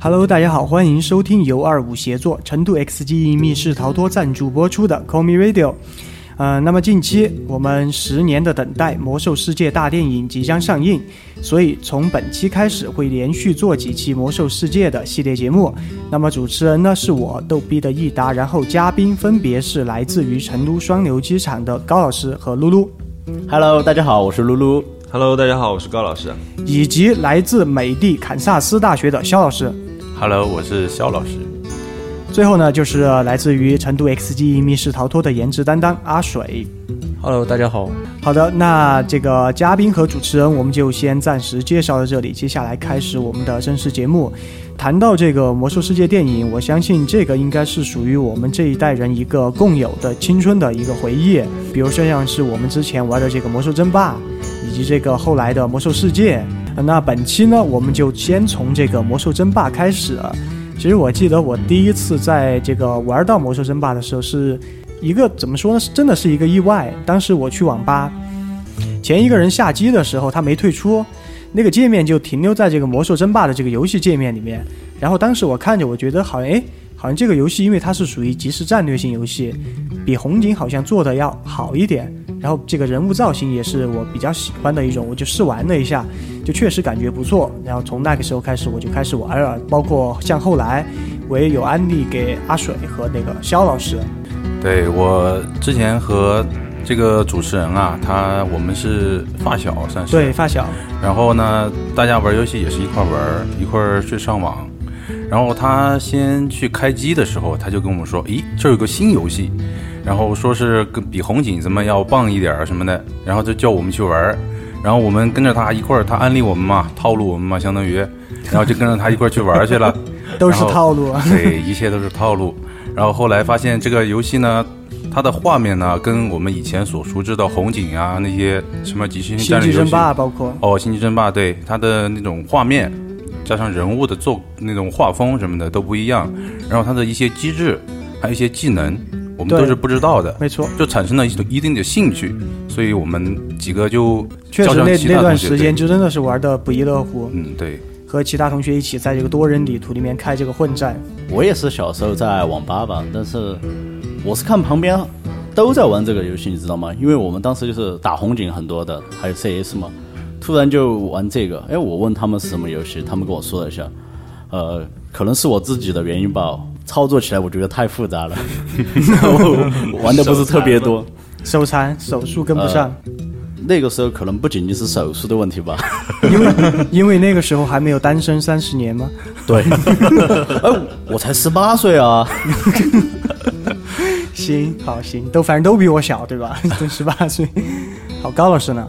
Hello，大家好，欢迎收听由二五协作成都 X 记忆密室逃脱赞助播出的《Call Me Radio》。呃，那么近期我们十年的等待《魔兽世界》大电影即将上映，所以从本期开始会连续做几期《魔兽世界》的系列节目。那么主持人呢是我逗逼的益达，然后嘉宾分别是来自于成都双流机场的高老师和露露， Hello，大家好，我是露露。 Hello，大家好，我是高老师。以及来自美的堪萨斯大学的肖老师。 Hello，我是肖老师。最后呢，就是呃来自于成都 X G 密室逃脱的颜值担当阿水。 Hello，大家好。好的，那这个嘉宾和主持人我们就先暂时介绍到这里，接下来开始我们的正式节目。谈到这个《魔兽世界》电影，我相信这个应该是属于我们这一代人一个共有的青春的一个回忆，比如说像是我们之前玩的这个《魔兽争霸》，以及这个后来的《魔兽世界》。那本期呢，我们就先从这个《魔兽争霸》开始。其实我记得我第一次在这个玩到《魔兽争霸》的时候是。一个怎么说呢，是真的是一个意外。当时我去网吧，前一个人下机的时候，他没退出，那个界面就停留在这个《魔兽争霸》的这个游戏界面里面。然后当时我看着，我觉得好像，哎，好像这个游戏因为它是属于即时战略性游戏，比红警好像做的要好一点。然后这个人物造型也是我比较喜欢的一种，我就试玩了一下，就确实感觉不错。然后从那个时候开始，我就开始玩了，包括像后来我也有安利给阿水和那个肖老师。对我之前和这个主持人啊，他我们是发小，算是。对，。发小，然后呢，大家玩游戏也是一块玩儿，一块儿去上网。然后他先去开机的时候，他就跟我们说：“咦，这儿有个新游戏，然后说是跟比红警什么要棒一点儿什么的。”然后就叫我们去玩儿。然后我们跟着他一块儿，他安利我们嘛，套路我们嘛，相当于，然后就跟着他一块儿去玩儿去 了。都是然后套路。对，一切都是套路。然后后来发现这个游戏呢，它的画面呢，跟我们以前所熟知的红警啊那些什么即时星战际略游争戏，霸包括，哦，星际争霸，对它的那种画面，嗯加上人物的做那种画风什么的都不一样，然后它的一些机制，还有一些技能，我们对都是不知道的。没错，就产生了一种一定的兴趣，所以我们几个就确叫实上那其他那段同学时对间就真的是玩的不亦乐乎，嗯，对，和其他同学一起在这个多人地图里面开这个混战，我也是小时候在网吧吧，但是我是看旁边都在玩这个游戏，你知道吗？因为我们当时就是打红警很多的，还有 CS 嘛，突然就玩这个。哎，我问他们是什么游戏，他们跟我说了一下，呃，可能是我自己的原因吧，操作起来我觉得太复杂了，然后玩的不是特别多。手残手速跟不上，那个时候可能不仅仅是手速的问题吧，因呃为 因为那个时候还没有单身三十年嘛，对， 哎，我才十八岁啊，行好行，都反正都比我小对吧？ 都十八岁，好高老师呢？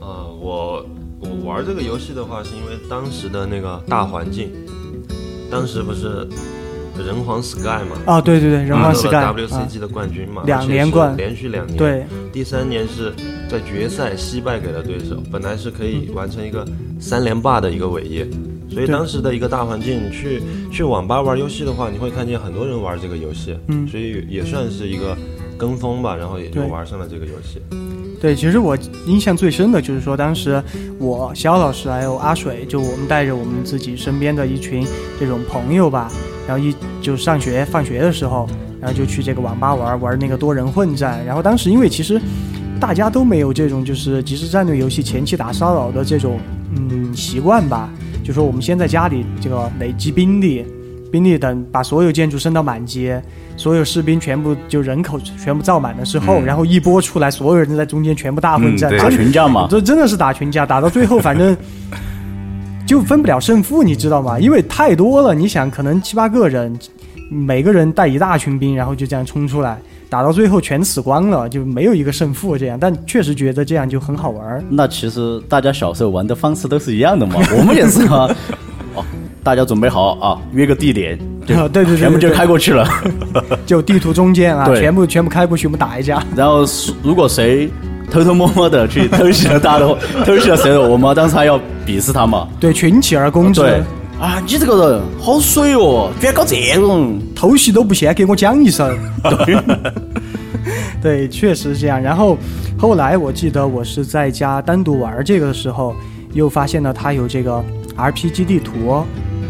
呃，我我玩这个游戏的话，是因为当时的那个大环境，当时不是人皇 Sky 嘛，啊对对对，人皇拿到 Sky 了啊， WCG 的冠军嘛，两而且是连冠连续两年，，对第三年是在决赛惜败给了对手，本来是可以完成一个三连霸的一个伟业。所以对当时的一个大环境，去去网吧玩游戏的话，你会看见很多人玩这个游戏，嗯所以也算是一个跟风吧，然后也就对玩上了这个游戏。对，其实我印象最深的就是说，当时我肖老师还有阿水，就我们带着我们自己身边的一群这种朋友吧，然后一就上学放学的时候，然后就去这个网吧玩玩那个多人混战。然后当时因为其实大家都没有这种就是即时战略游戏前期打骚扰的这种嗯习惯吧，就说我们先在家里这个累积兵力，兵力等把所有建筑升到满级，所有士兵全部就人口全部造满了之后，嗯然后一波出来，所有人在中间全部大混战，嗯对打真群架嘛，这真的是打群架，打到最后反 正就分不了胜负，你知道吗？因为太多了，你想可能七八个人，每个人带一大群兵，然后就这样冲出来，打到最后全死光了，就没有一个胜负这样。但确实觉得这样就很好玩儿。那其实大家小时候玩的方式都是一样的嘛，我们也是啊。哦，大家准备好啊，约个地点，就啊 对对对全部就对对开过去了。就地图中间啊，对全部全部开过去，我们打一架。然后如果谁偷偷摸摸的去偷袭了他的，偷袭了谁的，我们当时还要鄙视他嘛。对，群起而攻之，对啊，你这个人好水哦，居然搞这种。头洗都不嫌，给我讲一声。 对，确实是这样。然后后来我记得我是在家单独玩这个的时候，又发现了它有这个 RPG 地图，哦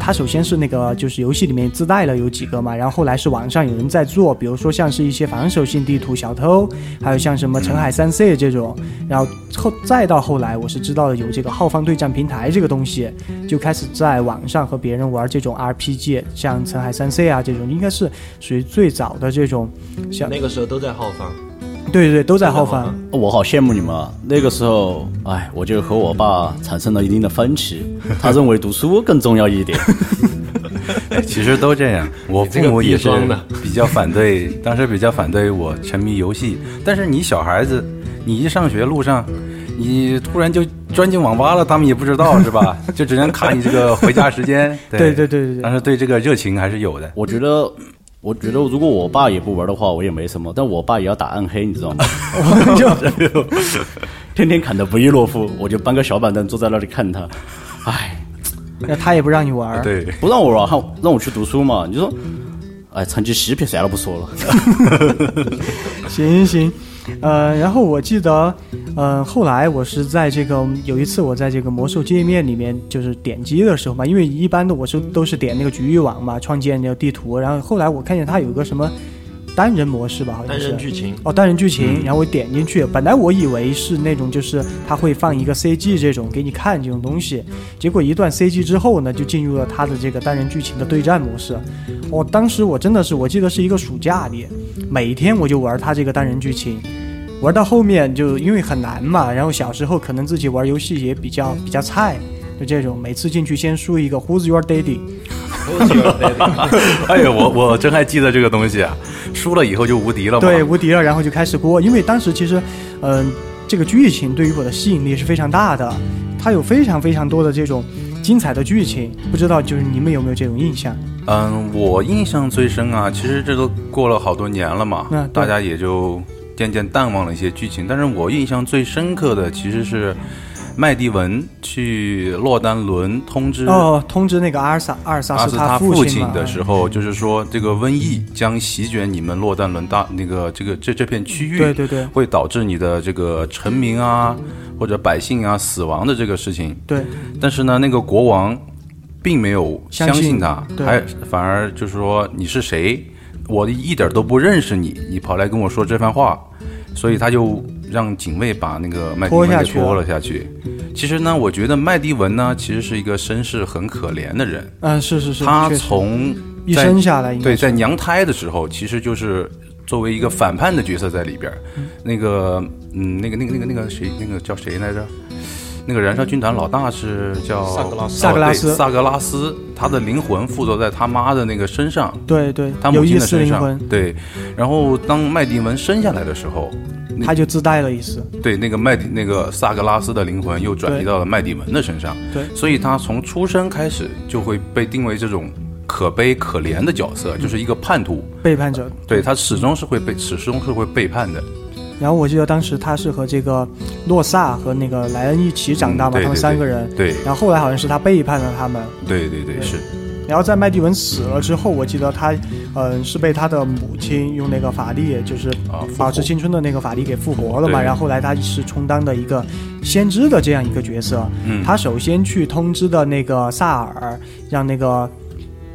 它首先是那个就是游戏里面自带了有几个嘛，然后后来是网上有人在做，比如说像是一些防守性地图小偷，还有像什么澄海三 C 这种，然后后再到后来我是知道了有这个浩方对战平台这个东西，就开始在网上和别人玩这种 RPG，像澄海三 C 啊这种，应该是属于最早的这种，像那个时候都在浩方，对对对，都在浩都在浩方方。我好羡慕你们啊！那个时候，哎，我就和我爸产生了一定的分歧，他认为读书更重要一点。其实都这样，我父母也是比较反对， 当时比较反对我沉迷游戏。但是你小孩子，你一上学路上，你突然就钻进网吧了，他们也不知道 是吧？就只能看你这个回家时间。对对对对对当时对这个热情还是有的。我觉得，我觉得如果我爸也不玩的话，我也没什么。但我爸也要打暗黑，你知道吗？我就天天砍得不亦乐乎，我就搬个小板凳坐在那里看他。哎，那他也不让你玩儿，对，不让我玩，还让我去读书嘛？你说，哎，成绩十撇，啥都不说了。行行，呃，然后我记得，呃，后来我是在这个嗯有一次我在这个魔兽界面里面就是点击的时候嘛，因为一般的我是都是点那个局域网嘛，创建那个地图，然后后来我看见它有个什么单人模式吧，好像单是人剧情。哦，单人剧情，然后我点进去，本来我以为是那种就是他会放一个 CG 这种给你看这种东西，结果一段 CG 之后呢，就进入了他的这个单人剧情的对战模式。我、当时我真的是，我记得是一个暑假里，每天我就玩他这个单人剧情。玩到后面就因为很难嘛，然后小时候可能自己玩游戏也比较比较菜，就这种每次进去先输一个 Who's your daddy， 哎呀，我我真还记得这个东西啊，输了以后就无敌了嘛。对，无敌了，然后就开始锅。因为当时其实，嗯、这个剧情对于我的吸引力是非常大的，它有非常非常多的这种精彩的剧情，不知道就是你们有没有这种印象？嗯，我印象最深啊，其实这都过了好多年了嘛，嗯对大家也就渐渐淡忘了一些剧情。但是我印象最深刻的其实是麦迪文去洛丹伦通知哦，通知那个阿尔萨，阿尔萨阿是斯他父父亲嘛？嗯的时候，就是说这个瘟疫将席卷你们洛丹伦大那个这个这这片区域，对对对会导致你的这个臣民啊或者百姓啊死亡的这个事情。对但是呢，那个国王并没有相信他，相信对还反而就是说你是谁，我一点都不认识你，你跑来跟我说这番话，所以他就让警卫把那个麦迪拖文下给去了拖了下去。其实呢，我觉得麦迪文呢，其实是一个身世很可怜的人，嗯、是是是，他确实从一在生下来应该对，是在娘胎的时候，其实就是作为一个反叛的角色在里边儿。那个，嗯，那个，那个，那个，那个谁，那个叫谁来着？那个燃烧军团老大是叫萨格拉斯萨格拉哦对斯萨格拉斯，他的灵魂附着在他妈的那个身上，对对他，母有亲一的丝身灵上魂，。对，然后当麦迪文生下来的时候，那他就自带了一丝，对，那个麦迪那个萨格拉斯的灵魂又转移到了麦迪文的身上，对所以他从出生开始就会被定为这种可悲可怜的角嗯色，就是一个叛徒，背叛者。对他始终是会被始终是会背叛的，嗯然后我记得当时他是和这个洛萨和那个莱恩一起长大嘛，嗯对他们对三个人。对然后后来好像是他背叛了他们，对对对是，然后在麦迪文死了之后，我记得他，嗯、是被他的母亲用那个法力，就是啊复活保持青春的那个法力给复活了嘛。对然后后来他是充当的一个先知的这样一个角色。嗯他首先去通知的那个萨尔，让那个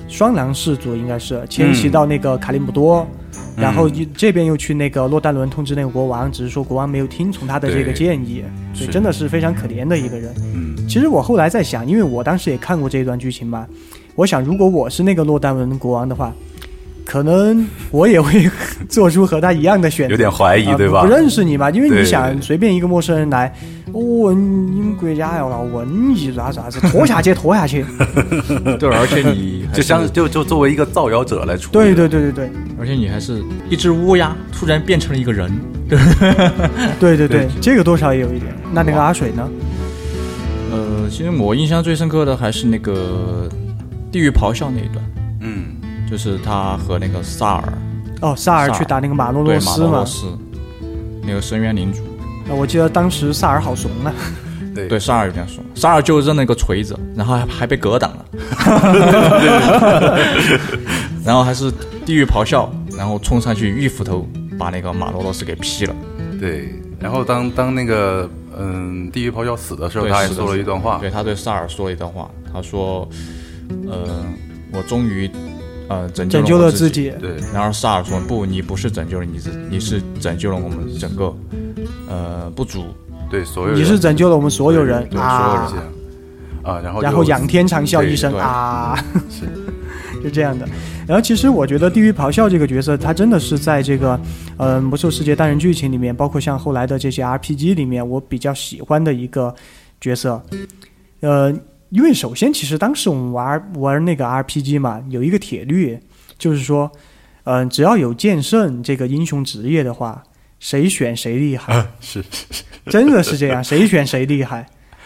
双狼氏族应该是迁徙到那个卡利姆多。嗯然后一这边又去那个洛丹伦通知那个国王，只是说国王没有听从他的这个对建议，所以是真的是非常可怜的一个人。嗯其实我后来在想，因为我当时也看过这一段剧情嘛，我想如果我是那个洛丹文国王的话，可能我也会做出和他一样的选择。有点怀疑啊对不吧不？认识你嘛，因为你对想随便一个陌生人来，哦，你们国家要闹瘟疫啥啥子，拖下去，拖下去。对，而且 你还 就是像就就作为一个造谣者来处理对对的，对对对而且你还是一只乌鸦，突然变成了一个人。对对对，这个多少也有一点。那那个阿水呢？呃，其实我印象最深刻的还是那个地狱咆哮那一段，嗯，就是他和那个萨尔哦，萨尔萨尔去打那个马洛对洛马斯罗嘛洛，斯，那个深渊领主，啊我记得当时萨尔好怂啊，对对萨尔有点怂，萨尔就扔了一个锤子，然后还还被格挡了， 然后还是地狱咆哮，然后冲上去一斧头把那个马罗洛斯给劈了。对。然后当当那个嗯地狱咆哮死的时候，对他还是的说了是一的段话，对，他对萨尔说了一段话，他说：“呃，我终于呃拯救拯了救我了自自。己。对，然而萨尔说：“不，你不是拯救了你自，你是拯救了我们整个呃部族。对，所有人你是拯救了我们所有人对对所有人啊这！样啊，然后然就后仰天长啸一声对对嗯啊，是就这样的。然后其实我觉得地狱咆哮这个角色，他真的是在这个呃魔兽世界单人剧情里面，包括像后来的这些 RPG 里面，我比较喜欢的一个角色。呃，因为首先其实当时我们玩玩那个 RPG 嘛，有一个铁律，就是说，嗯、只要有剑圣这个英雄职业的话，谁选谁厉害。 是真的是这样，谁选谁厉害。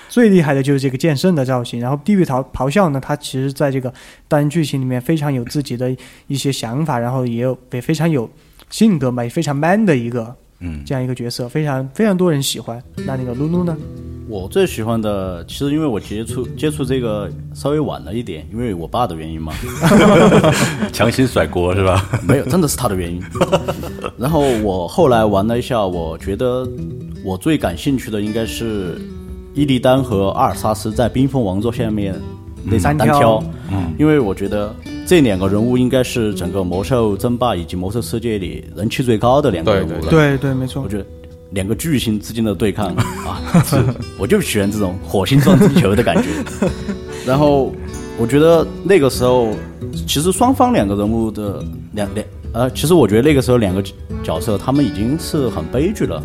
最厉害的就是这个剑圣的造型，然后地狱咆咆哮呢，它其实在这个单人剧情里面非常有自己的一些想法，然后也有也非常有性格嘛，也非常 man 的一个嗯，这样一个角色，非常非常多人喜欢。那那个露露呢？我最喜欢的，其实因为我接触接触这个稍微晚了一点，因为我爸的原因嘛， 强行甩锅是吧？ 没有，真的是他的原因。然后我后来玩了一下，我觉得我最感兴趣的应该是伊利丹和阿尔萨斯在冰封王座下面那场单单挑挑，嗯，因为我觉得这两个人物应该是整个魔兽争霸以及魔兽世界里人气最高的两个人物了。对对对，没错我，觉得两个巨星之间的对抗 啊，是我就喜欢这种火星撞地球的 感觉。然后我觉得那个时候，其实双方两个人物的两两呃，其实我觉得那个时候两个角色他们已经是很悲剧了，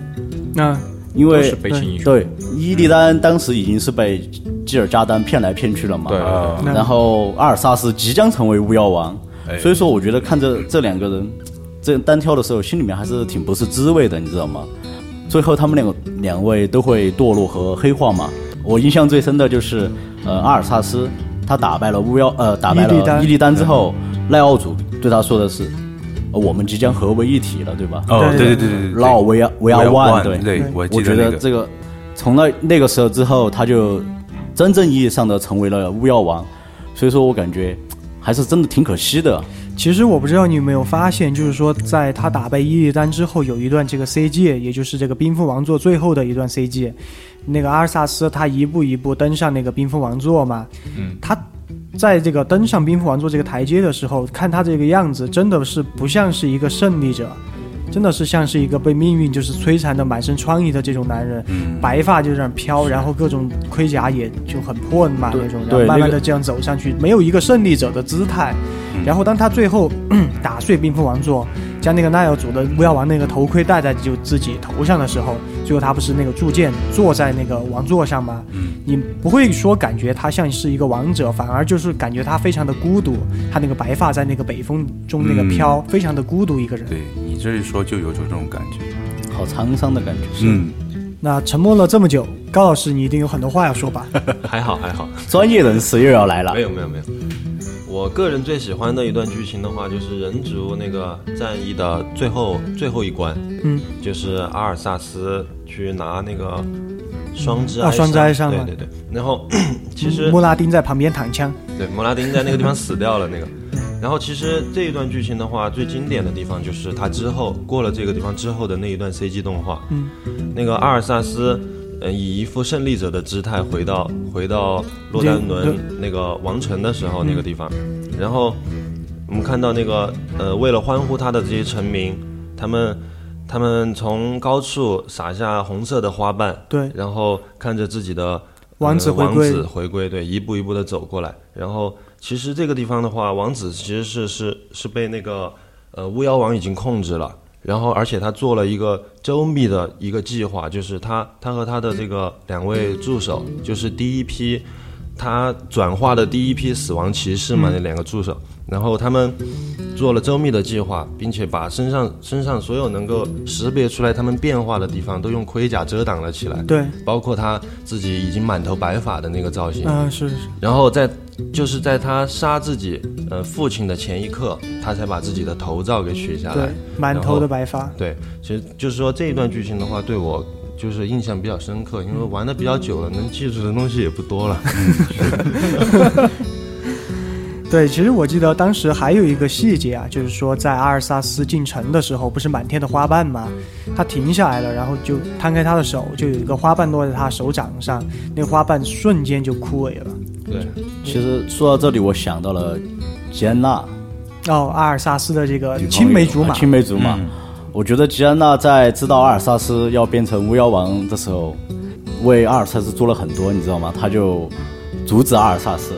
那、因为都是悲情英雄对伊利丹当时已经是被基尔加丹骗来骗去了嘛，对对对那然后阿尔萨斯即将成为巫妖王，呃哎所以说我觉得看着这两个人这单挑的时候，心里面还是挺不是滋味的，你知道吗？最后他们两个两位都会堕落和黑化嘛。我印象最深的就是，呃，阿尔萨斯他打败了巫妖，呃，打败伊利丹嗯了伊利丹之后，赖奥祖对他说的是，呃我们即将合为一体了，对吧？哦，对对对对对对，老维亚维亚 We are 啊万 one，对对对我我记觉得那得个这个从那那个时候之后，他就真正意义上的成为了巫妖王，所以说我感觉还是真的挺可惜的。其实我不知道你有没有发现，就是说，在他打败伊利丹之后，有一段这个 CG，也就是这个冰封王座最后的一段 CG，那个阿尔萨斯他一步一步登上那个冰封王座嘛，嗯，他在这个登上冰封王座这个台阶的时候，看他这个样子，真的是不像是一个胜利者。真的是像是一个被命运就是摧残的满身疮痍的这种男人，嗯白发就这样飘，然后各种盔甲也就很破嘛那种，然后对慢慢那的个嗯这样走上去，没有一个胜利者的姿态。然后当他最后 打碎冰封王座，将那个奈尔族的巫妖王那个头盔戴在就自己头上的时候，最后他不是那个铸剑坐在那个王座上吗？你不会说感觉他像是一个王者，反而就是感觉他非常的孤独，他那个白发在那个北风中那个飘，非常的孤独一个人。对你这一说就有种这种感觉，好沧桑的感觉。嗯，那沉默了这么久，高老师你一定有很多话要说吧？还好还好，专业人士又要来了 没，有没有没有。我个人最喜欢的一段剧情的话，就是人族那个战役的最后最后一关，嗯，就是阿尔萨斯去拿那个双之啊嗯哀伤双之哀伤对嘛对对。然后 其实穆拉丁在旁边躺枪，对，摩拉丁在那个地方死掉了那个。然后其实这一段剧情的话，最经典的地方就是他之后过了这个地方之后的那一段 CG 动画，嗯，那个阿尔萨斯，嗯，以一副胜利者的姿态回到回到洛丹对嗯伦那个王城的时候那个地方，然后我们看到那个呃，为了欢呼他的这些臣民，他们他们从高处撒下红色的花瓣，对，然后看着自己的王子呃回王归子回归，对，一步一步的走过来。然后其实这个地方的话，王子其实是是是被那个呃巫妖王已经控制了，然后而且他做了一个周密的一个计划，就是他他和他的这个两位助手，就是第一批他转化的第一批死亡骑士嗯嘛，那两个助手，然后他们做了周密的计划，并且把身上身上所有能够识别出来他们变化的地方都用盔甲遮挡了起来。对，包括他自己已经满头白发的那个造型，嗯、是是，然后在就是在他杀自己呃父亲的前一刻，他才把自己的头罩给取下来对。，满头的白发，对，其实就是说这一段剧情的话，对我就是印象比较深刻，因为玩的比较久了，能记住的东西也不多了。对，其实我记得当时还有一个细节啊，就是说在阿尔萨斯进城的时候，不是满天的花瓣吗？他停下来了，然后就摊开他的手，就有一个花瓣落在他手掌上，那个花瓣瞬间就枯萎了。对，其实说到这里，我想到了吉安娜，哦，阿尔萨斯的这个女朋友青梅竹马啊，青梅竹马。我觉得吉安娜在知道阿尔萨斯要变成巫妖王的时候，为阿尔萨斯做了很多，你知道吗？他就阻止阿尔萨斯，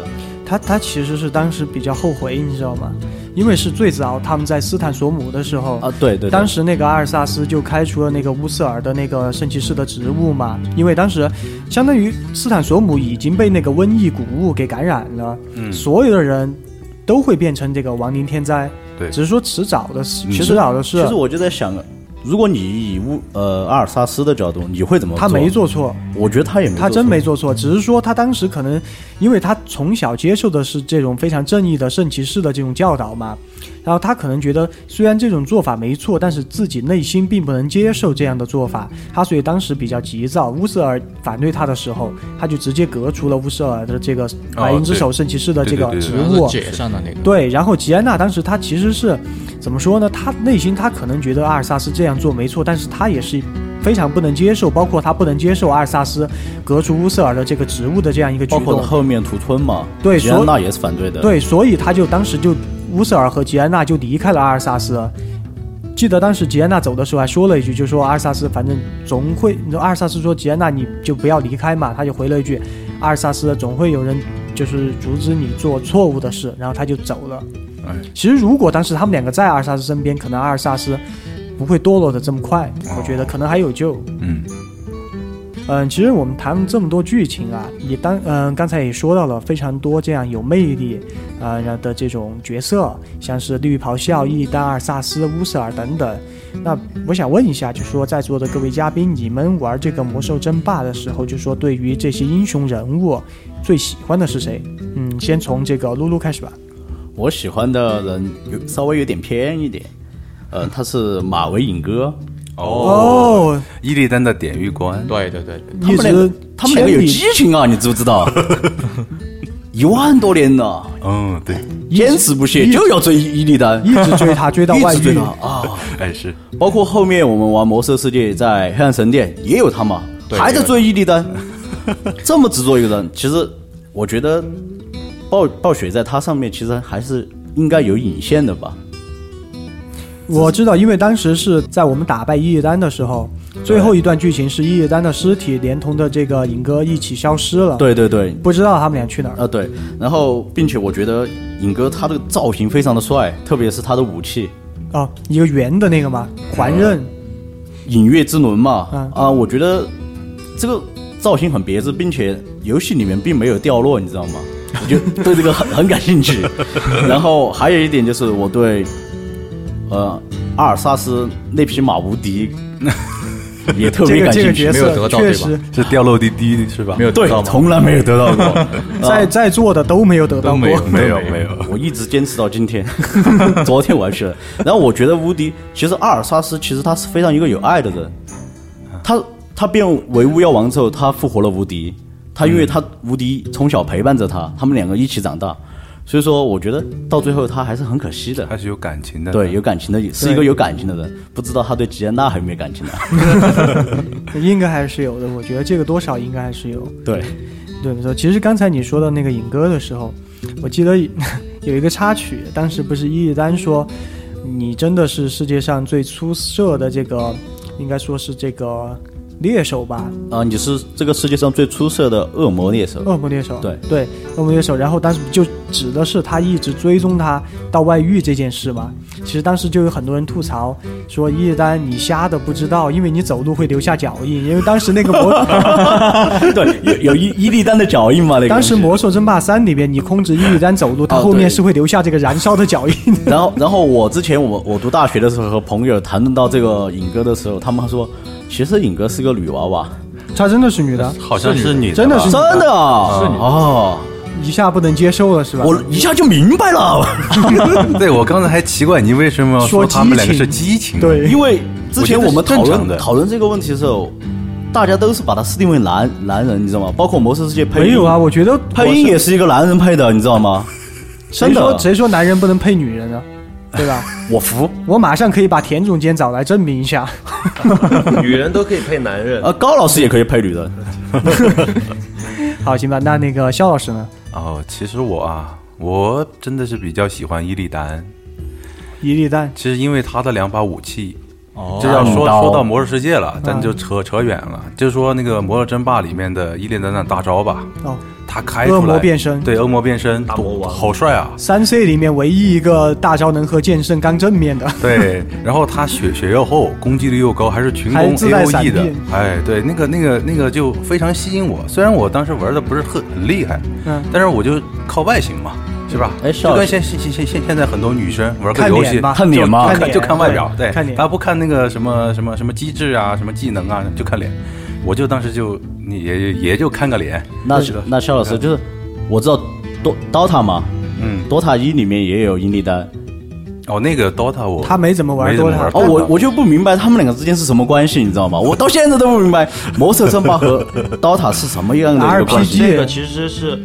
他他其实是当时比较后悔，你知道吗？因为是最早他们在斯坦索姆的时候啊对对对当时那个阿尔萨斯就开除了那个乌瑟尔的那个圣骑士的职务嘛，因为当时相当于斯坦索姆已经被那个瘟疫谷物给感染了，嗯所有的人都会变成这个亡灵天灾，对只是说迟早的事，其迟早的事其实，我就在想，如果你以巫呃阿尔萨斯的角度，你会怎么？他没，做错。我觉得他也没做错，他真没做错，只是说他当时可能，因为他从小接受的是这种非常正义的圣骑士的这种教导嘛，然后他可能觉得虽然这种做法没错，但是自己内心并不能接受这样的做法，他所以当时比较急躁。乌瑟尔反对他的时候，他就直接革除了乌瑟尔的这个白银之手圣骑士的这个哦对对对职对主务要是，解散了那个，对，然后吉安娜当时她其实是怎么说呢？她内心她可能觉得阿尔萨斯这样做没错，但是她也是非常不能接受，包括她不能接受阿尔萨斯革除乌瑟尔的这个职务的这样一个举包括动。后面屠村嘛，对吉安所娜也是反对的，，对，所以她就当时就乌瑟尔和吉安娜就离开了阿尔萨斯。记得当时吉安娜走的时候还说了一句，就说阿尔萨斯反正总会，你说阿尔萨斯说吉安娜你就不要离开嘛，他就回了一句，阿尔萨斯总会有人就是阻止你做错误的事，然后他就走了。哎，其实如果当时他们两个在阿尔萨斯身边，可能阿尔萨斯不会堕落的这么快，我觉得可能还有救。嗯，嗯，其实我们谈了这么多剧情啊，也当嗯、刚才也说到了非常多这样有魅力啊、呃的这种角色，像是绿袍效益、丹尔萨斯、乌瑟尔等等。那我想问一下，就说在座的各位嘉宾，你们玩这个魔兽争霸的时候，就说对于这些英雄人物最喜欢的是谁？嗯，先从这个露露开始吧。我喜欢的人有稍微有点偏一点，呃，他是马维影哥，哦，伊利丹的典狱官，对对对，他一们两个直他们两个有千里激情啊，你知不知 道？一万多年了，嗯，对，坚持不懈，就要追伊利丹，一直追他，追到外一直追遇他。啊！哎是，包括后面我们玩魔兽世界，在黑暗神殿也有他嘛，对还在追伊利丹， 这么执着一个人，其实我觉得暴暴雪在他上面其实还是应该有引线的吧。我知道，因为当时是在我们打败伊利丹的时候，最后一段剧情是伊利丹的尸体连同的这个影哥一起消失了。，对对对，不知道他们俩去哪儿。啊，对，然后并且我觉得尹哥他的造型非常的帅，特别是他的武器哦，一个圆的那个嘛，环刃。影月之轮嘛，嗯啊，我觉得这个造型很别致，并且游戏里面并没有掉落，你知道吗？我就对这个很很感兴趣。然后还有一点就是我对，呃，阿尔萨斯那匹马无敌 也特这别个感这个兴角趣。没有色得到确对吧实是掉落滴滴是吧？没有对得到，吗？从来没有得到过， 在在座的都没有得到都没过有。没有没有，我一直坚持到今天， 昨天我还去了。然后我觉得无敌，其实阿尔萨斯其实他是非常一个有爱的人，他他变为巫妖王之后，他复活了无敌，他因为他无敌从小陪伴着他，他们两个一起长大，所以说我觉得到最后他还是很可惜的。他是有感情的，对，有感情的，是一个有感情的人，不知道他对吉安娜还有没有感情呢？应该还是有的，我觉得这个多少应该还是有。对，对，没错。其实刚才你说到那个尹哥的时候，我记得有 一个插曲，当时不是伊利丹说，你真的是世界上最出色的这个，应该说是这个猎手吧，啊，你是这个世界上最出色的恶魔猎手， 恶魔猎手。对对，恶魔猎手。然后当时就指的是他一直追踪他到外遇这件事嘛。其实当时就有很多人吐槽说伊利丹你瞎的不知道，因为你走路会留下脚印，因为当时那个 魔。对，有有伊伊利丹的脚印嘛？那个当时《东西魔兽争霸三》里面，你控制伊利丹走路，它哦后面对是会留下这个燃烧的脚印的。然后，然后我之前我我读大学的时候和朋友谈论到这个尹哥的时候，他们还说，其实尹哥是个女娃娃，她真的是女的，好像是女真的吧是真的啊，哦，一下不能接受了，是吧？我一下就明白了， 对，我刚才还奇怪你为什么要说说他们两个激是情激情，，对因为之前我们讨我觉得是正常论的讨论这个问题的时候，大家都是把他设定为男男人，你知道吗？包括《魔兽世界》配音没有啊，，我觉得配音也是一个男人配的，你知道吗？谁真说的，谁说男人不能配女人呢？对吧？我服。我马上可以把田总监找来证明一下。 女人都可以配男人呃，高老师也可以配女人，好，行吧，那那个肖老师呢？哦，其实我啊，我真的是比较喜欢伊利丹，伊利丹其实因为他的两把武器，哦这要暗说刀说到魔兽世界了，咱就扯扯远了，就说那个魔兽争霸里面的伊利丹的大招吧，哦，他开出来恶魔变身对，恶魔变身，大魔王好帅啊！三 C 里面唯一一个大招能和剑圣刚正面的， 对，然后他血血又厚，攻击力又高，还是群还攻自带 A O 闪 E 的避，哎，对，那个那个那个就非常吸引我。虽然我当时玩的不是很很厉害，嗯，但是我就靠外形嘛，是吧？哎就跟是现现现现现现在很多女生玩个看游脸戏，吧看脸嘛就看脸就看外表，对，看脸她不看那个什么什么什么机制啊，什么技能啊，就看脸。我就当时就你也也就看个脸，那是的那肖老嗯师就是我知道多 DOTA 嘛，嗯， ，DOTA 一里面也有伊利丹。哦，那个 DOTA 我他没怎么玩没怎么 DOTA 玩哦，我我就不明白他们两个之间是什么关系，你知道吗？我到现在都不明白《魔兽争霸》和 DOTA 是什么样的一个关 RPG 系。这个其实是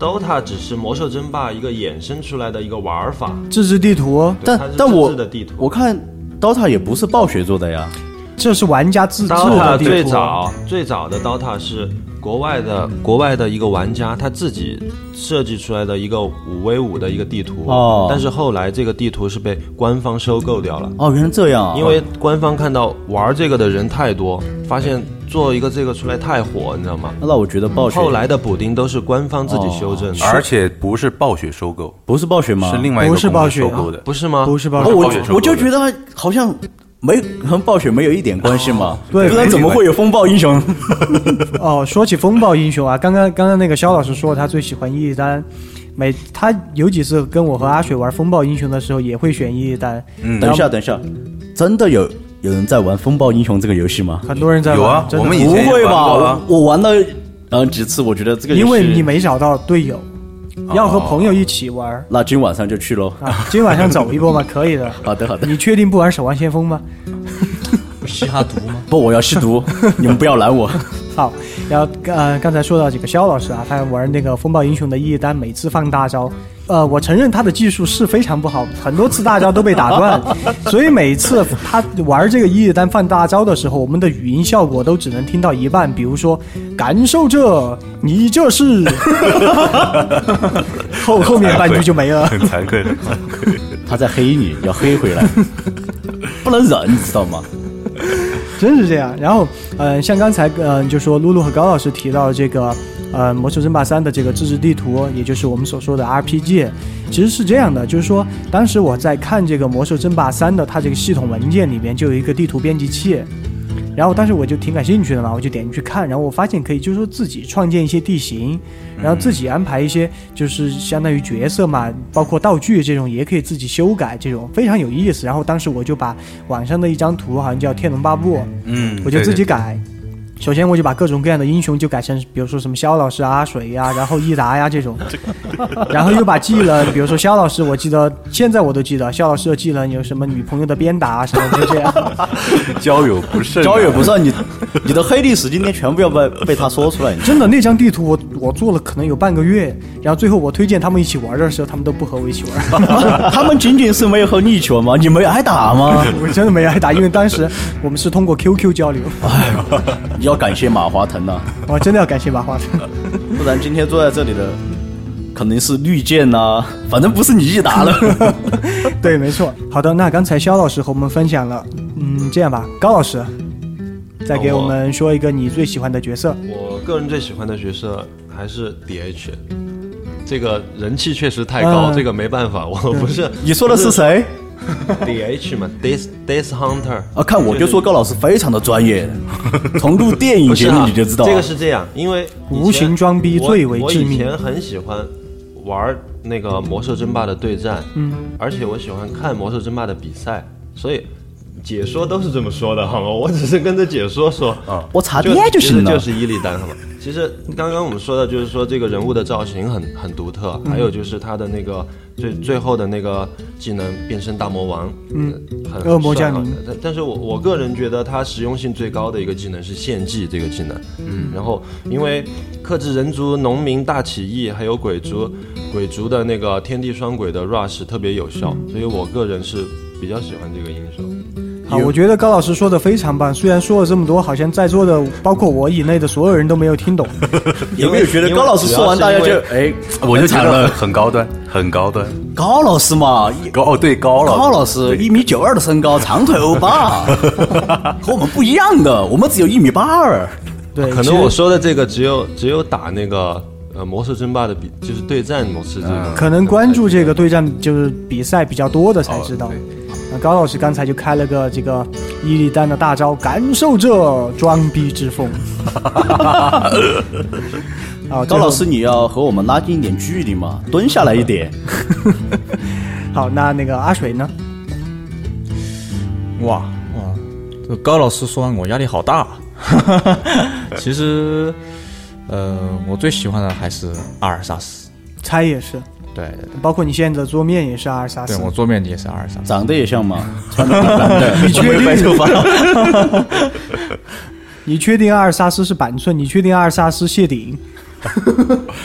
DOTA 只是魔兽争霸一个衍生出来的一个玩法，自制地图，对但它是但自我制的地图我看 DOTA 也不是暴雪做的呀，这是玩家自制的 DOTA 地图。最早最早的 DOTA 是国外的国外的一个玩家他自己设计出来的一个五 v 五的一个地图，哦但是后来这个地图是被官方收购掉了。哦，原来这样啊，因为官方看到玩这个的人太多，发现做一个这个出来太火，你知道吗？那我觉得暴雪后来的补丁都是官方自己哦修正的，而且不是暴雪收购，不是暴雪吗？是另外一不个是暴公司雪收啊购的。不是吗？不是吧？哦，我暴雪收购的我就觉得好像没和暴雪没有一点关系哦嘛，对不然怎么会有风暴英雄？ 哦，说起风暴英雄啊，刚刚刚刚那个肖老师说他最喜欢伊利丹，每他有几次跟我和阿雪玩风暴英雄的时候，也会选伊利丹。嗯等一下，等一下，真的有有人在玩风暴英雄这个游戏吗？很多人在玩，有啊真的我们以不前也会玩吧？过啊我我玩了呃几次，我觉得这个游戏哦因为你没找到队友，要和朋友一起玩儿那今晚上就去喽。啊。今晚上走一波嘛，可以的。好的好的，你确定不玩守望先锋吗？不吸他毒吗？ 不，我要吸毒，你们不要拦我。好，然后呃，刚才说到这个肖老师啊，他玩那个风暴英雄的叶丹，每次放大招，呃，我承认他的技术是非常不好，很多次大招都被打断，所以每次他玩这个叶丹放大招的时候，我们的语音效果都只能听到一半，比如说感受这，你这是，后后面半句就没了。 很惭愧的，很惭愧。他在黑你，要黑回来，不能忍，你知道吗？真是这样。然后，呃，像刚才，呃，就说露露和高老师提到这个，呃，《魔兽争霸三》的这个自制地图，也就是我们所说的 RPG，其实是这样的，就是说，当时我在看这个《魔兽争霸三》的它这个系统文件里面就有一个地图编辑器。然后当时我就挺感兴趣的嘛，我就点进去看，然后我发现可以就是说自己创建一些地形，嗯然后自己安排一些就是相当于角色嘛，包括道具这种也可以自己修改，这种非常有意思。然后当时我就把网上的一张图，好像叫《天龙八部》，嗯，我就对自己对改。首先我就把各种各样的英雄就改成，比如说什么肖老师啊、阿水呀、然后伊达呀、这 种， 然后又把技能，比如说肖老师，我记得现在我都记得肖老师的技能有什么女朋友的鞭打啊什么就这样。交友不慎啊，交友不算你，你的黑历史今天全部要被被他说出来。你知道真的那张地图我我做了可能有半个月，然后最后我推荐他们一起玩的时候，他们都不和我一起玩， 吗 他们仅仅是没有和你一起玩吗？你没挨打吗？ 我真的没挨打，因为当时我们是通过 QQ 交流。你要感谢马化腾呐、我真的要感谢马化腾。不然今天坐在这里的肯定是绿箭呐、反正不是你一打了。 对，没错。好的，那刚才肖老师和我们分享了，嗯，这样吧，高老师，再给哦我们说一个你最喜欢的角色。我个人最喜欢的角色还是 DH，这个人气确实太高，嗯这个没办法，我不是你说的是谁？ DH 嘛，Death Death Hunter 啊，看我就说高老师非常的专业，从录电影不是节啊目你就知道啊、这个是这样，因为以前无形装逼我最为致我以命前很喜欢玩那个魔兽争霸的对战，嗯，而且我喜欢看魔兽争霸的比赛，所以解说都是这么说的，好吗？我只是跟着解说说啊我查爹就其实行了。就是伊利丹，好吗？其实刚刚我们说的就是说这个人物的造型很很独特，还有就是他的那个最最后的那个技能变身大魔王，嗯，很恶魔帅啊降临但但是我我个人觉得他实用性最高的一个技能是献祭这个技能，嗯，然后因为克制人族、农民大起义还有鬼族，鬼族的那个天地双鬼的 rush 特别有效，所以我个人是比较喜欢这个英雄。啊，我觉得高老师说的非常棒，虽然说了这么多，好像在座的包括我以内的所有人都没有听懂。有没有觉得高老师说完大家就哎，我就很惨觉了得很高端，很高端，高老师嘛，一高哦对高了，高老师一米九二的身高，长腿欧巴， 和我们不一样的，我们只有一米八二。对，可其能实我说的这个只有只有打那个呃魔兽争霸的比，就是对战模式这种。可能关注这个对战就是比赛比较多的才知道哦。那高老师刚才就开了个这个伊利丹的大招，感受这装逼之风。啊，高最后老师，你要和我们拉近一点距离嘛，蹲下来一 点。好，那那个阿水呢？哇哇，这高老师说完我压力好大啊。 其实，呃，我最喜欢的还是阿尔萨斯。猜也是，对对包括你现在的桌面也是阿尔萨对，斯对。我桌面也是阿尔萨斯。长得也像嘛，穿的短蓝 的，你确定白头发，你确定阿尔萨斯是板寸？你确定阿尔萨斯谢顶？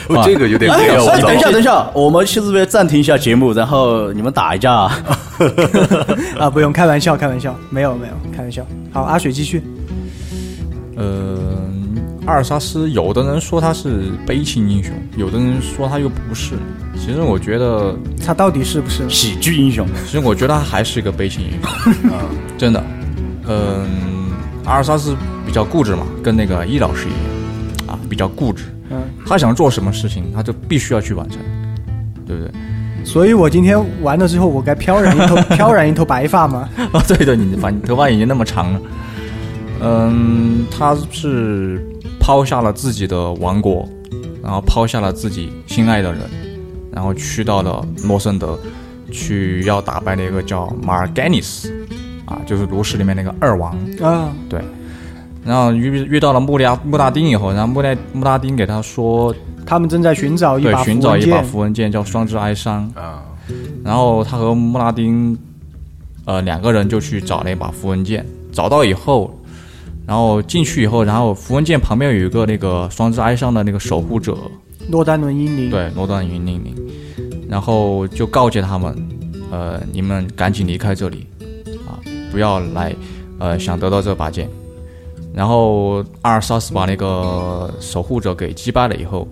哦这个有点哎不要哎我等一下，等一下，我们是不是暂停一下节目，然后你们打一架？ 啊，不用，开玩笑，开玩笑，没有没有，开玩笑。好，阿水继续。呃，阿尔萨斯有的人说他是悲情英雄，有的人说他又不是。其实我觉得，他到底是不是？喜剧英雄，其实我觉得他还是一个悲情英雄，真的。嗯、阿尔萨斯比较固执嘛，跟那个伊老师一样啊，比较固执。嗯，他想做什么事情，他就必须要去完成，对不对？所以我今天完了之后，我该飘然一头飘然一头白发吗？啊， 对对，你的发你头发已经那么长了。嗯，他是抛下了自己的王国，然后抛下了自己心爱的人，然后去到了诺森德，去要打败那个叫马尔盖尼斯，啊，就是炉石里面那个二王。啊，对，然后遇遇到了穆利亚穆大丁以后，然后穆奈穆大丁给他说，他们正在寻找一对把，寻符找文一把剑符文剑叫双之哀伤，啊，然后他和穆拉丁，呃，两个人就去找那把符文剑，找到以后，然后进去以后，然后符文剑旁边有一个那个双之哀伤的那个守护者，诺丹伦英灵。，对，罗丹云令令，然后就告诫他们，呃，你们赶紧离开这里，啊，不要来，呃，想得到这把剑。然后阿尔萨斯把那个守护者给击败了以后，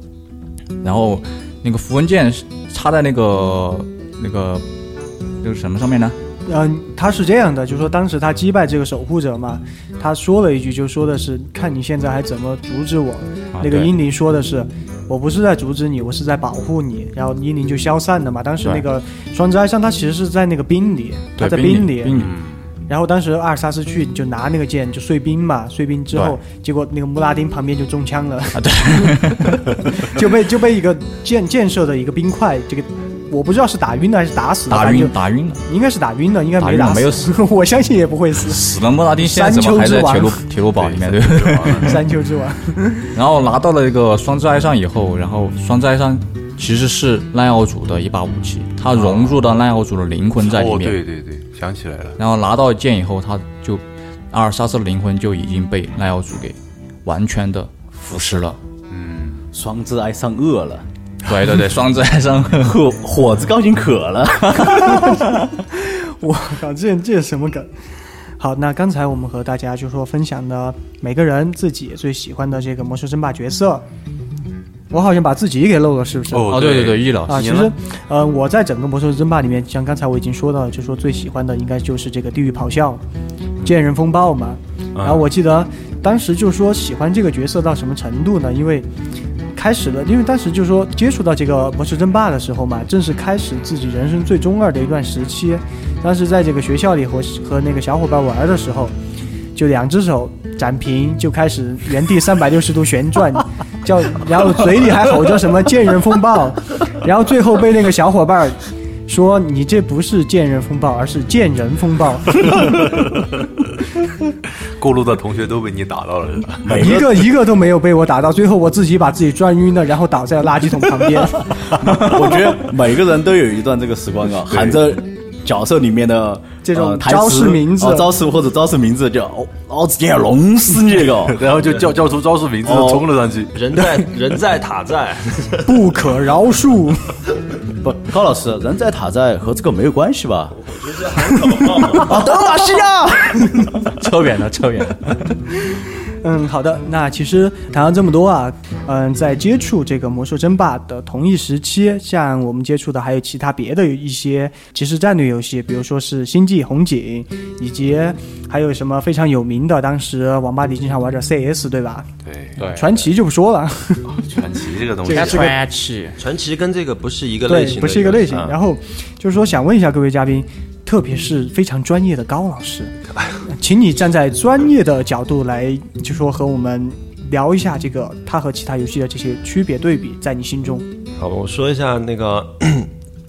然后那个符文剑是插在那个那个那个什么上面呢？嗯、他是这样的，就说当时他击败这个守护者嘛，他说了一句，就说的是看你现在还怎么阻止我。啊那个对英灵说的是，我不是在阻止你，我是在保护你。然后英灵就消散了嘛。当时嗯那对个双之哀伤，他其实是在那个冰里，他对在冰里，冰里然后当时阿尔萨斯去就拿那个剑就碎冰嘛，碎冰之后，结果那个穆拉丁旁边就中枪了，啊、 对，就被就被一个建建设的一个冰块，这个我不知道是打晕了还是打死了，打反正晕就打晕了，应该是打晕了，应该打没晕了打死，没 有我相信也不会死。死了。莫拉丁现在山怎么丘还之在铁王路铁路堡里面？对不对？山丘之王， 然后拿到了一个双之哀伤以后，然后双之哀伤其实是奈奥祖的一把武器，它融入到奈奥祖的灵魂在里哦面。对对对，想起来了，然后拿到剑以后，他就阿尔萨斯的灵魂就已经被奈奥祖给完全的腐蚀 了。双之哀伤饿了，对对对，双之哀哦伤。火火子高兴渴了。我靠，这这什么梗？好，那刚才我们和大家就说分享的每个人自己最喜欢的这个魔兽争霸角色，我好像把自己给漏了，是不是？哦哦，对对对，易老啊，师其实，呃，我在整个魔兽争霸里面，像刚才我已经说到了，就说最喜欢的应该就是这个地狱咆哮、剑人风暴嘛。然后我记得当时就说喜欢这个角色到什么程度呢？因为开始了，因为当时就说接触到这个魔兽争霸的时候嘛，正是开始自己人生最中二的一段时期。当时在这个学校里和和那个小伙伴玩的时候，就两只手展平，就开始原地三百六十度旋转， 叫，然后嘴里还吼着什么“剑人风暴”，然后最后被那个小伙伴儿说：“你这不是剑人风暴，而是剑人风暴。过路的同学都被你打到了，”一个一个都没有被我打到，最后我自己把自己转晕了，然后倒在垃圾桶旁边。 我觉得每个人都有一段这个时光啊，喊着角色里面的这种呃台词招式名字哦招式或者招式名字就哦，老子要弄死你 个！然后就叫叫出招式名字哦冲了上去，人在人在塔在，不可饶恕。不，高老师，人在塔在和这个没有关系吧？我就是喊口号 啊，德玛西亚。 扯远了，扯远了。嗯，好的。那其实谈了这么多啊，嗯，在接触这个《魔兽争霸》的同一时期，像我们接触的还有其他别的一些即时战略游戏，比如说是《星际红警》，以及还有什么非常有名的，当时网吧里经常玩的 CS，对吧？对，对传奇就不说了，传奇这个东西啊这个，传奇，传奇跟这个不是一个类对型，的，不是一个类型。啊然后就是说，想问一下各位嘉宾，特别是非常专业的高老 师，请你站在专业的角度来，就说和我们聊一下这个它和其他游戏的这些区别对比，在你心中。好，我说一下那个，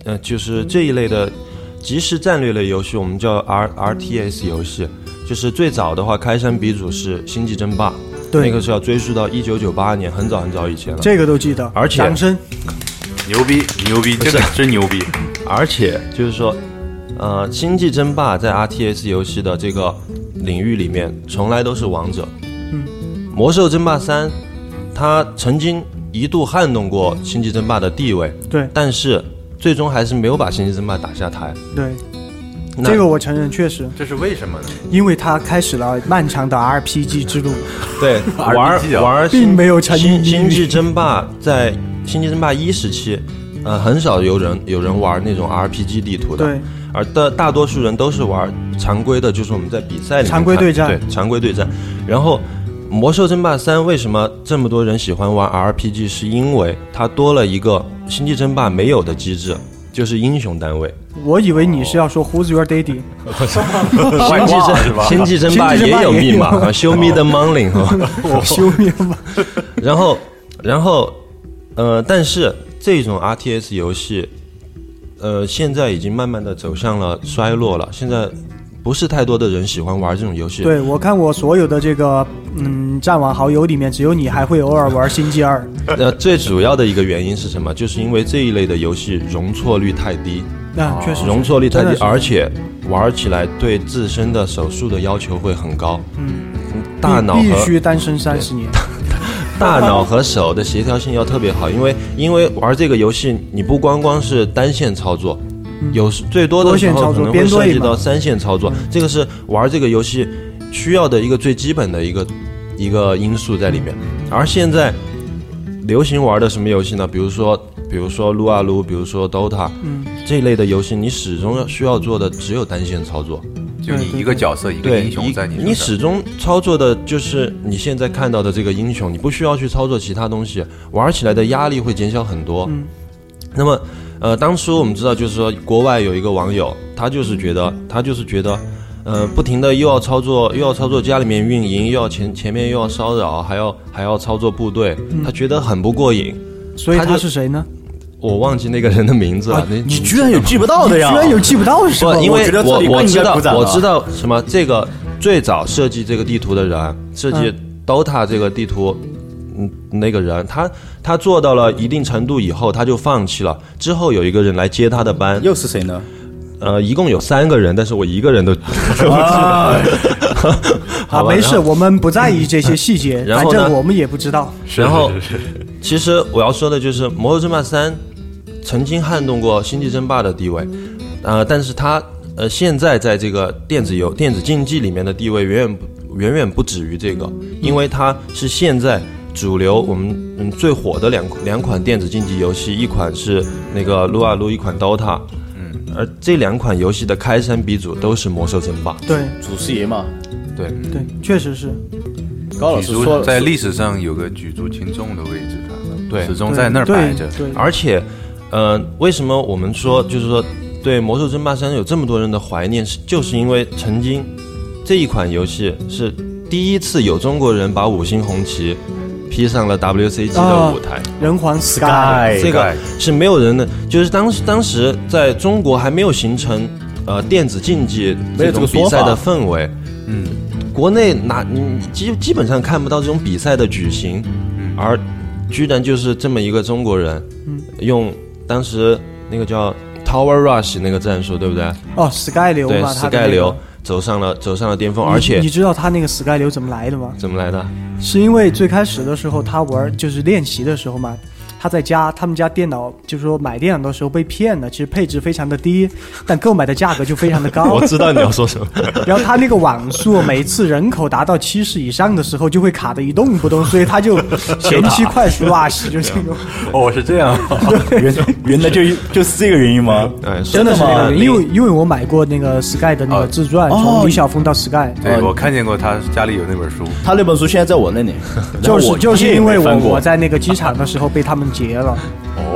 呃，就是这一类的即时战略类游戏，我们叫 R R T S 游戏。就是最早的话，开山鼻祖是《星际争霸》，对，那个是要追溯到一九九八年，很早很早以前了。这个都记得，而且掌声。牛逼牛逼，这个真牛逼，而且就是说，呃，《星际争霸》在 R T S 游戏的这个领域里面，从来都是王者。嗯，《魔兽争霸三》它曾经一度撼动过《星际争霸》的地位，对但是最终还是没有把《星际争霸》打下台。对，那这个我承认，确实，这是为什么呢？因为它开始了漫长的 RPG 之路。对， 玩 RPG 啊玩儿并星没有沉迷星星际争霸在星际争霸一时期，呃，很少有人有人玩那种 RPG 地图的，对，而大大多数人都是玩常规的，就是我们在比赛里面看常规对战对常规对战。然后，魔兽争霸三为什么这么多人喜欢玩 RPG？是因为它多了一个星际争霸没有的机制，就是英雄单 位。我以为你是要说 Who's Your Daddy，星际是吧？星际争霸星际也争霸有也密有码啊，Show me the money 啊哈。我 修炼吧。然后，然后，呃，但是这种 RTS 游戏，呃，现在已经慢慢的走向了衰落了。现在不是太多的人喜欢玩这种游戏。对我看我所有的这个嗯战网好友里面，只有你还会偶尔玩星际 二。呃，最主要的一个原因是什么？就是因为这一类的游戏容错率太低，那确实啊容错率太真的低，是而且玩起来对自身的手速的要求会很高。嗯，大脑必和必须单身三十年。大脑和手的协调性要特别好，因为因为玩这个游戏，你不光光是单线操作，有时最多的时嗯多线嗯候操可作能会编队涉嘛及到三线操作，这个是玩这个游戏需要的一个最基本的一个一个因素在里面。嗯而现在流行玩的什么游戏呢？比如说，比如说撸啊撸，比如说 DOTA，嗯，这一类的游戏，你始终要需要做的只有单线操作。就你一个角色一个对，英雄在你你身上始终操作的就是你现在看到的这个英雄，你不需要去操作其他东西，玩起来的压力会减小很多。嗯那么，呃，当初我们知道，就是说国外有一个网友，他就是觉得，他就是觉得，呃，不停的又要操作，又要操作家里面运营，又要前前面又要骚扰，还要还要操作部队，他觉得很不过瘾。所以他就他是谁呢？我忘记那个人的名字了，你你居然有记不到的呀？居然有记不到是吧？不，因我为觉得这里我更应知该道鼓掌我了知道什么这个最早设计这个地图的人，设计 DOTA 这个地图，嗯，那个人他他做到了一定程度以后，他就放弃了。之后有一个人来接他的 班，又是谁呢？呃，一共有三个人，但是我一个人都 啊， 吧没然嗯事，我们不在意这些细节，然反后呢正我们也不知道。然后，其实我要说的就是《魔兽争霸三》曾经撼动过《星际争霸》的地位，呃，但是它呃现在在这个电子游、电子竞技里面的地位远远不远远不止于这个，因为它是现在主流我们嗯最火的两两款电子竞技游戏，一款是那个撸啊撸，一款 DOTA。嗯，而这两款游戏的开山鼻祖都是《魔兽争霸》。对祖师爷嘛，对，对，确实是。高老举师足说了在历史上有个举足轻重的位置，它对始终在那儿对摆着。啊对，对而且，呃，为什么我们说就是说对《魔兽争霸三》有这么多人的怀念，是就是因为曾经这一款游戏是第一次有中国人把五星红旗披上了 WCG 的舞台。人皇 Sky， Sky 这哎个是没有人的，就是当时当时在中国还没有形成呃电子竞技没有这这种个比说赛法的氛围，嗯，国内哪你基基本上看不到这种比赛的举行，嗯而居然就是这么一个中国人，嗯用当时那个叫 Tower Rush 那个战术，对不对？哦，Sky 流对嘛，他的那，Sky 个流。走上了走上了巅峰，你而且你知道他那个 Sky 流怎么来的吗？怎么来的？是因为最开始的时候他玩就是练习的时候嘛，他在家他们家电脑就是说买电脑的时候被骗了，其实配置非常的低，但购买的价格就非常的 高。我知道你要说什么，然后他那个网速，每次人口达到七十以上的时候，就会卡的一动不动，所以他就前期快速 rush 就这种，哦，是这样， 原原来就就是这个原因吗？哎，真 的是那 个，真的吗啊哦因为因为我买过那个 Sky 的那个自传，从李晓峰到 Sky，对我看见过他家里有那本书，他那本书现在在我那里，就然后我是就是一页因为没我翻过我在那个机场的时候被他们劫 了，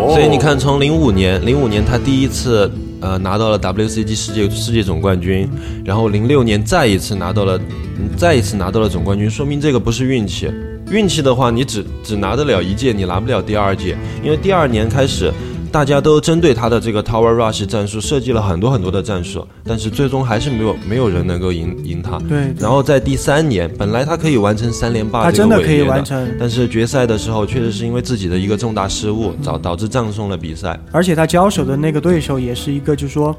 所以你看，从零五年，零五年他第一次呃拿到了 WCG 世界世界总冠军，然后零六年再一次拿到了，嗯再一次拿到了总冠军，说明这个不是运气。运气的话，你只只拿得了一届，你拿不了第二届，因为第二年开始，大家都针对他的这个 Tower Rush 战术设计了很多很多的战术，但是最终还是没有没有人能够赢赢他。对然后在第三年，本来他可以完成三连霸，他真的的可以完成。但是决赛的时候，确实是因为自己的一个重大失误，导导致葬送了比赛。而且他交手的那个对手也是一个，就是说，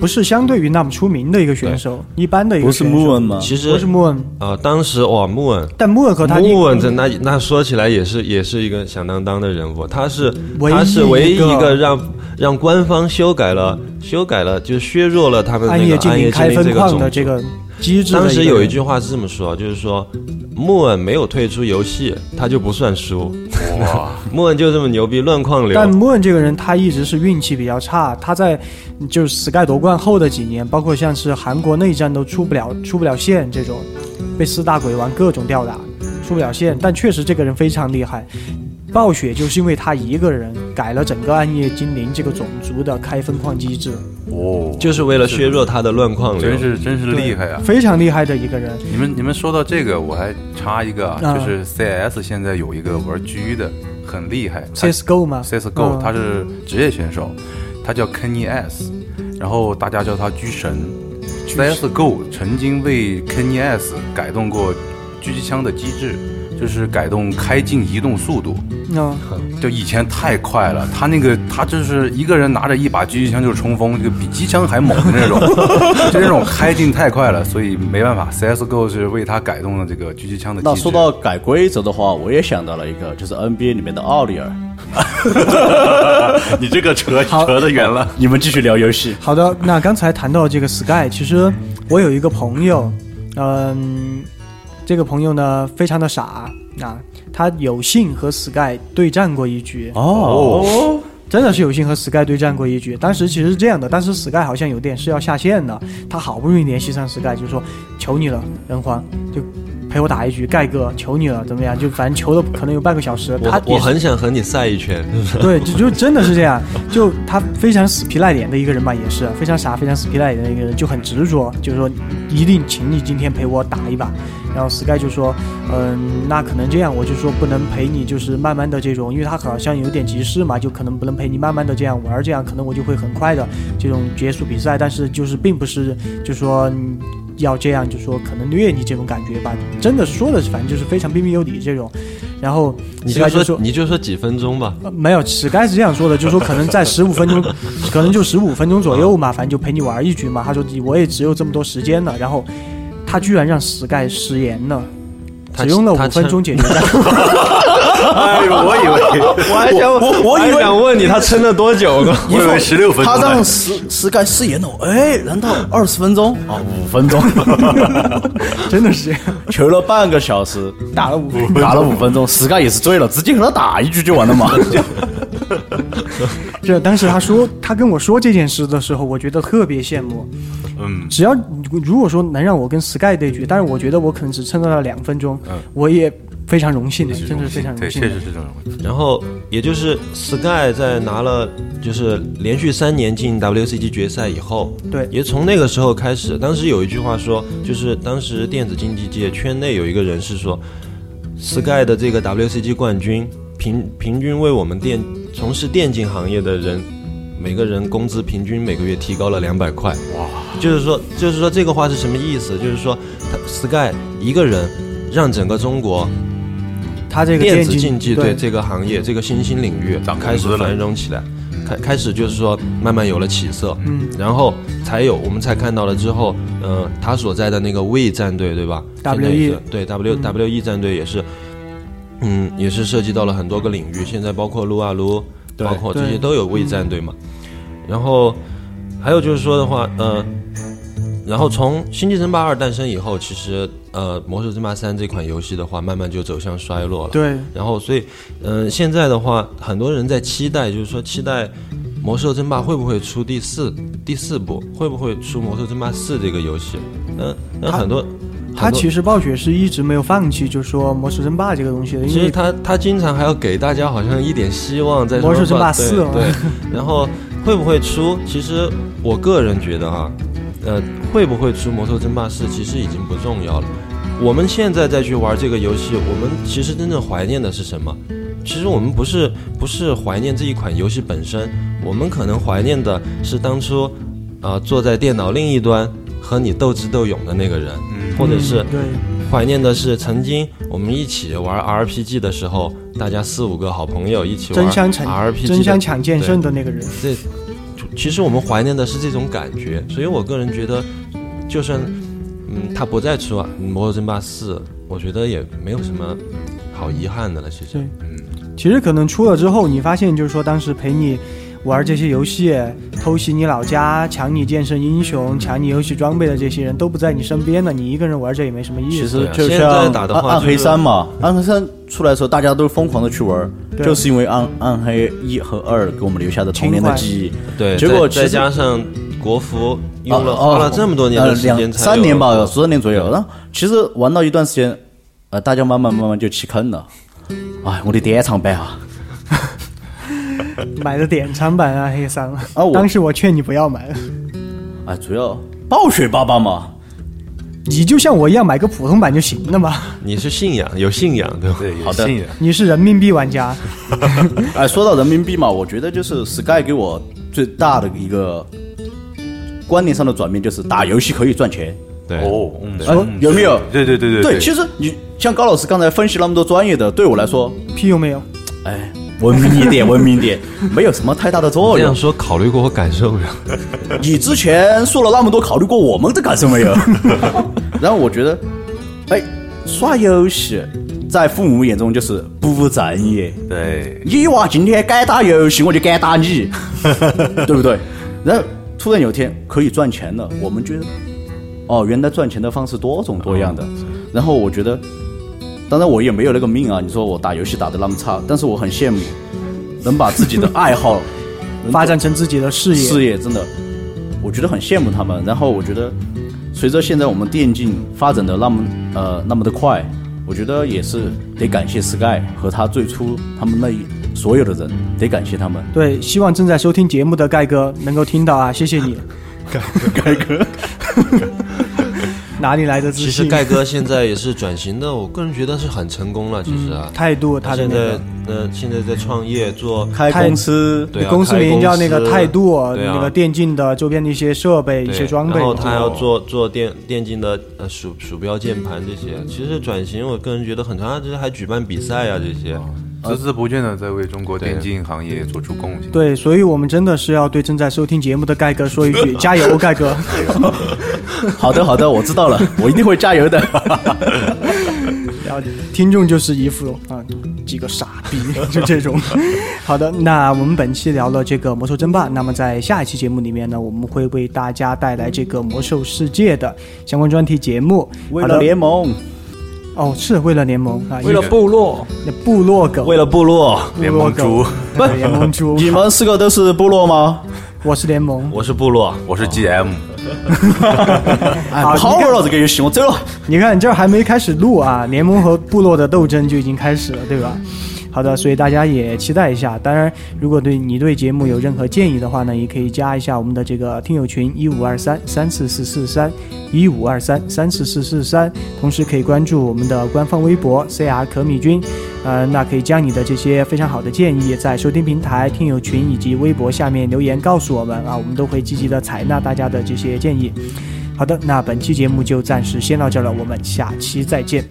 不是相对于那么出名的一个选手，一般的一个不是选手 Moon 吗？其不实是，穆恩，呃，当时哇，穆恩，但穆恩和他穆恩这那那说起来也是也是一个响当当的人物，他是唯一他是唯一一个一个让让官方修改了修改了，就削弱了他们那暗个夜精暗灵夜精开灵分这个矿种的族这个机制的个人。当时有一句话是这么说，就是说，穆恩没有退出游戏，他就不算输。哇， 穆恩就这么牛逼，乱矿流。但穆恩这个人，他一直是运气比较差。他在就是 Sky 夺冠后的几年，包括像是韩国内战都出不了出不了线这种，被四大鬼王各种吊打，出不了线。但确实这个人非常厉害。暴雪就是因为他一个人改了整个暗夜精灵这个种族的开分矿机制，哦，就是为了削弱他的乱矿流真。是真是厉害啊！非常厉害的一个人。你们你们说到这个，我还插一个啊，啊就是 CS 现在有一个玩狙的很厉害他 CSGO 嘛 CSGO，嗯他是职业选手，他叫 Kenny S，然后大家叫他狙神。CSGO 曾经为 Kenny S 改动过狙击枪的机制，就是改动开镜移动速度。嗯，就以前太快了，他那个他就是一个人拿着一把狙击枪就是冲锋，就比机枪还猛的 那种，就那种开镜太快了，所以没办法，CSGO 是为他改动了这个狙击枪的机那制。说到改规则的话，我也想到了一个，就是 NBA 里面的奥利尔。 你这个扯好扯得远了，你们继续聊游戏。好的，那刚才谈到这个 Sky，其实我有一个朋友，嗯，这个朋友呢非常的傻啊，他有幸和 Sky 对战过一局，哦，真的是有幸和 Sky 对战过一局。当时其实是这样的，当时 Sky 好像有点是要下线的，他好不容易联系上 Sky，就说求你了，仁皇，就陪我打一局，盖哥，求你了，怎么样？就反正求了可能有半个小时，他我我也是很想和你赛一圈， 对，就就真的是这样，就他非常死皮赖脸的一个人嘛，也是非常傻、非常死皮赖脸的一个人，就很执着，就是说一定请你今天陪我打一把。然后 Sky 就说，嗯，那可能这样，我就说不能陪你，就是慢慢的这种，因为他好像有点急事嘛，就可能不能陪你慢慢的这样玩，这样可能我就会很快的这种结束比赛，但是就是并不是就说。嗯要这样，就说可能虐你这种感觉吧，真的说的是，反正就是非常彬彬有礼这种。然后你 Sky 就就说你就说几分钟吧。呃没有，Sky 是这样说的，就说可能在十五分钟，可能就十五分钟左右嘛，反正就陪你玩一局嘛。他说我也只有这么多时间了，然后他居然让 Sky 食言了，他只用了 他五分钟解决掉。哎呦，我以为我还想我我还想问你，他撑了多久？我以为十六分钟他呢，让石石盖饰演了我，哎，难道二十分钟？哦，五分 钟，真的是这样，求了半个小时，打了五分。打了五分钟，石盖也是醉了，直接和他打一局就完了嘛。这当时他说他跟我说这件事的时候，我觉得特别羡慕。嗯，只要如果说能让我跟 Sky 对局，但是我觉得我可能只撑到了两分钟，我也非常荣幸的，真的是非常对，荣幸确的。实是这种荣幸。 然后也就是 Sky 在拿了就是连续三年进 WCG 决赛以后，对也从那个时候开始，当时有一句话说，就是当时电子竞技界圈内有一个人是说，Sky 的这个 WCG 冠军平平均为我们电从事电竞行业的人。每个人工资平均每个月提高了两百块，哇！就是说，就是说这个话是什么意思？就是说，他 Sky 一个人让整个中国他这个电电子竞技对对这个行业、这个新兴领域涨开工资始了繁荣起来，开开始就是说慢慢有了起色，嗯，然后才有我们才看到了之后，嗯、他所在的那个 WE 战队对吧 WE 现在也是对 W W E 战队也是。嗯，也是涉及到了很多个领域，现在包括撸啊撸，对包括这些对都有位战队嘛。然后还有就是说的话，呃，然后从《星际争霸二》诞生以后，其实呃，《魔兽争霸三》这款游戏的话，慢慢就走向衰落了。对，然后所以，嗯、现在的话，很多人在期待，就是说期待《魔兽争霸》会不会出第四第四部，会不会出《魔兽争霸四》这个游戏？嗯，那它很多，他很多其实暴雪是一直没有放弃，就说《魔兽争霸》这个东西的，其因实为他他经常还要给大家好像一点希望在说魔兽争霸对四嘛对，然后会不会出？其实我个人觉得啊，呃，会不会出魔兽争霸四其实已经不重要了。我们现在再去玩这个游戏，我们其实真正怀念的是什么？其实我们不是不是怀念这一款游戏本身，我们可能怀念的是当初，啊坐在电脑另一端和你斗智斗勇的那个人，或者是嗯对怀念的是曾经我们一起玩 RPG 的时候，大家四五个好朋友一起玩争相抢 RPG 争相的抢剑圣的那个人，这，其实我们怀念的是这种感觉。所以我个人觉得，就算嗯他不再出啊《魔兽争霸四》，我觉得也没有什么好遗憾的了。其实对，其实可能出了之后，你发现就是说，当时陪你玩这些游戏、偷袭你老家、抢你剑圣英雄、抢你游戏装备的这些人都不在你身边了，你一个人玩这也没什么意其思。实就啊现在像打的暗话暗就是黑三嘛，暗黑三出来的时候，大家都疯狂的去玩，对就是因为暗暗黑一和二给我们留下的童年的记忆。对，结果再其再实加上国服用了、哦花了这么多年呃的时两间才有，三年吧，十二年左右。然后其实玩到一段时间，呃，大家慢慢慢慢就弃坑了。哎，我的典藏版啊！买的典藏版啊，黑三了。啊我当时我劝你不要买，哎，主要暴雪爸爸嘛，你就像我一样买个普通版就行了嘛。你是信仰有信仰对吧？对，有好的信仰。你是人民币玩家，哎，说到人民币嘛，我觉得就是 Sky 给我最大的一个观念上的转变，就是打游戏可以赚钱。对哦，嗯哎有没有对对对对对，其实你像高老师刚才分析那么多专业的，对我来说，屁用没有？哎，文明一点，文明一 点，没有什么太大的作这样用。说考虑过我感受没有？你之前说了那么多，考虑过我们的感受没有？ 然后我觉得，哎，耍游戏在父母眼中就是不务正业。对，你娃今天敢打游戏，我就敢打你，对不对？然后突然有一天可以赚钱了，我们觉得，哦，原来赚钱的方式多种多样的。然后我觉得，当然我也没有那个命啊，你说我打游戏打的那么差，但是我很羡慕能把自己的爱好嗯能发展成自己的事业。事业真的，我觉得很羡慕他们。然后我觉得，随着现在我们电竞发展的那么呃那么的快，我觉得也是得感谢 Sky 和他最初他们那一所有的人，得感谢他们。对，希望正在收听节目的盖哥能够听到啊，谢谢 你，盖哥， 哪里来的自其实信？盖哥现在也是转型的，我个人觉得是很成功了。其实啊，态度，嗯他他的现那在个呃现在在创业做，开公司，对啊，公司开名叫那个公司态度，对啊那个电竞的周边的一些设备、一些对装备。然后他还要做做电电竞的呃鼠鼠标、键盘这些。其实转型，我个人觉得很长，他这还举办比赛啊这些。孜孜不倦的在为中国电竞行业做出贡献。对，所以我们真的是要对正在收听节目的盖哥说一 句加油，盖哥！好的好的，我知道 了，我一定会加油的。然后听众就是一副啊几个傻 逼，就这种。好的，那我们本期聊了这个《魔兽争霸》，那么在下一期节目里面呢，我们会为大家带来这个《魔兽世界》的相关专题节目。为好了的联盟，哦，是为了联盟啊，为了部落，部落狗，了部落，部联落盟狗猪，不 联盟猪，你们四个都是部落吗？我是联盟。我是部落，我是 GM，哦哎，好跑我了这个游戏，我走了。 你看，这儿还没开始录啊，联盟和部落的斗争就已经开始了，对吧？好的，所以大家也期待一下。当然，如果对你对节目有任何建议的话呢，也可以加一下我们的这个听友群一五二三三四四四三一五二三三四四四三，同时可以关注我们的官方微博 CR 可米君，呃，那可以将你的这些非常好的建议在收听平台、听友群以及微博下面留言告诉我们啊，我们都会积极的采纳大家的这些建议。好的，那本期节目就暂时先到这儿了，我们下期再见。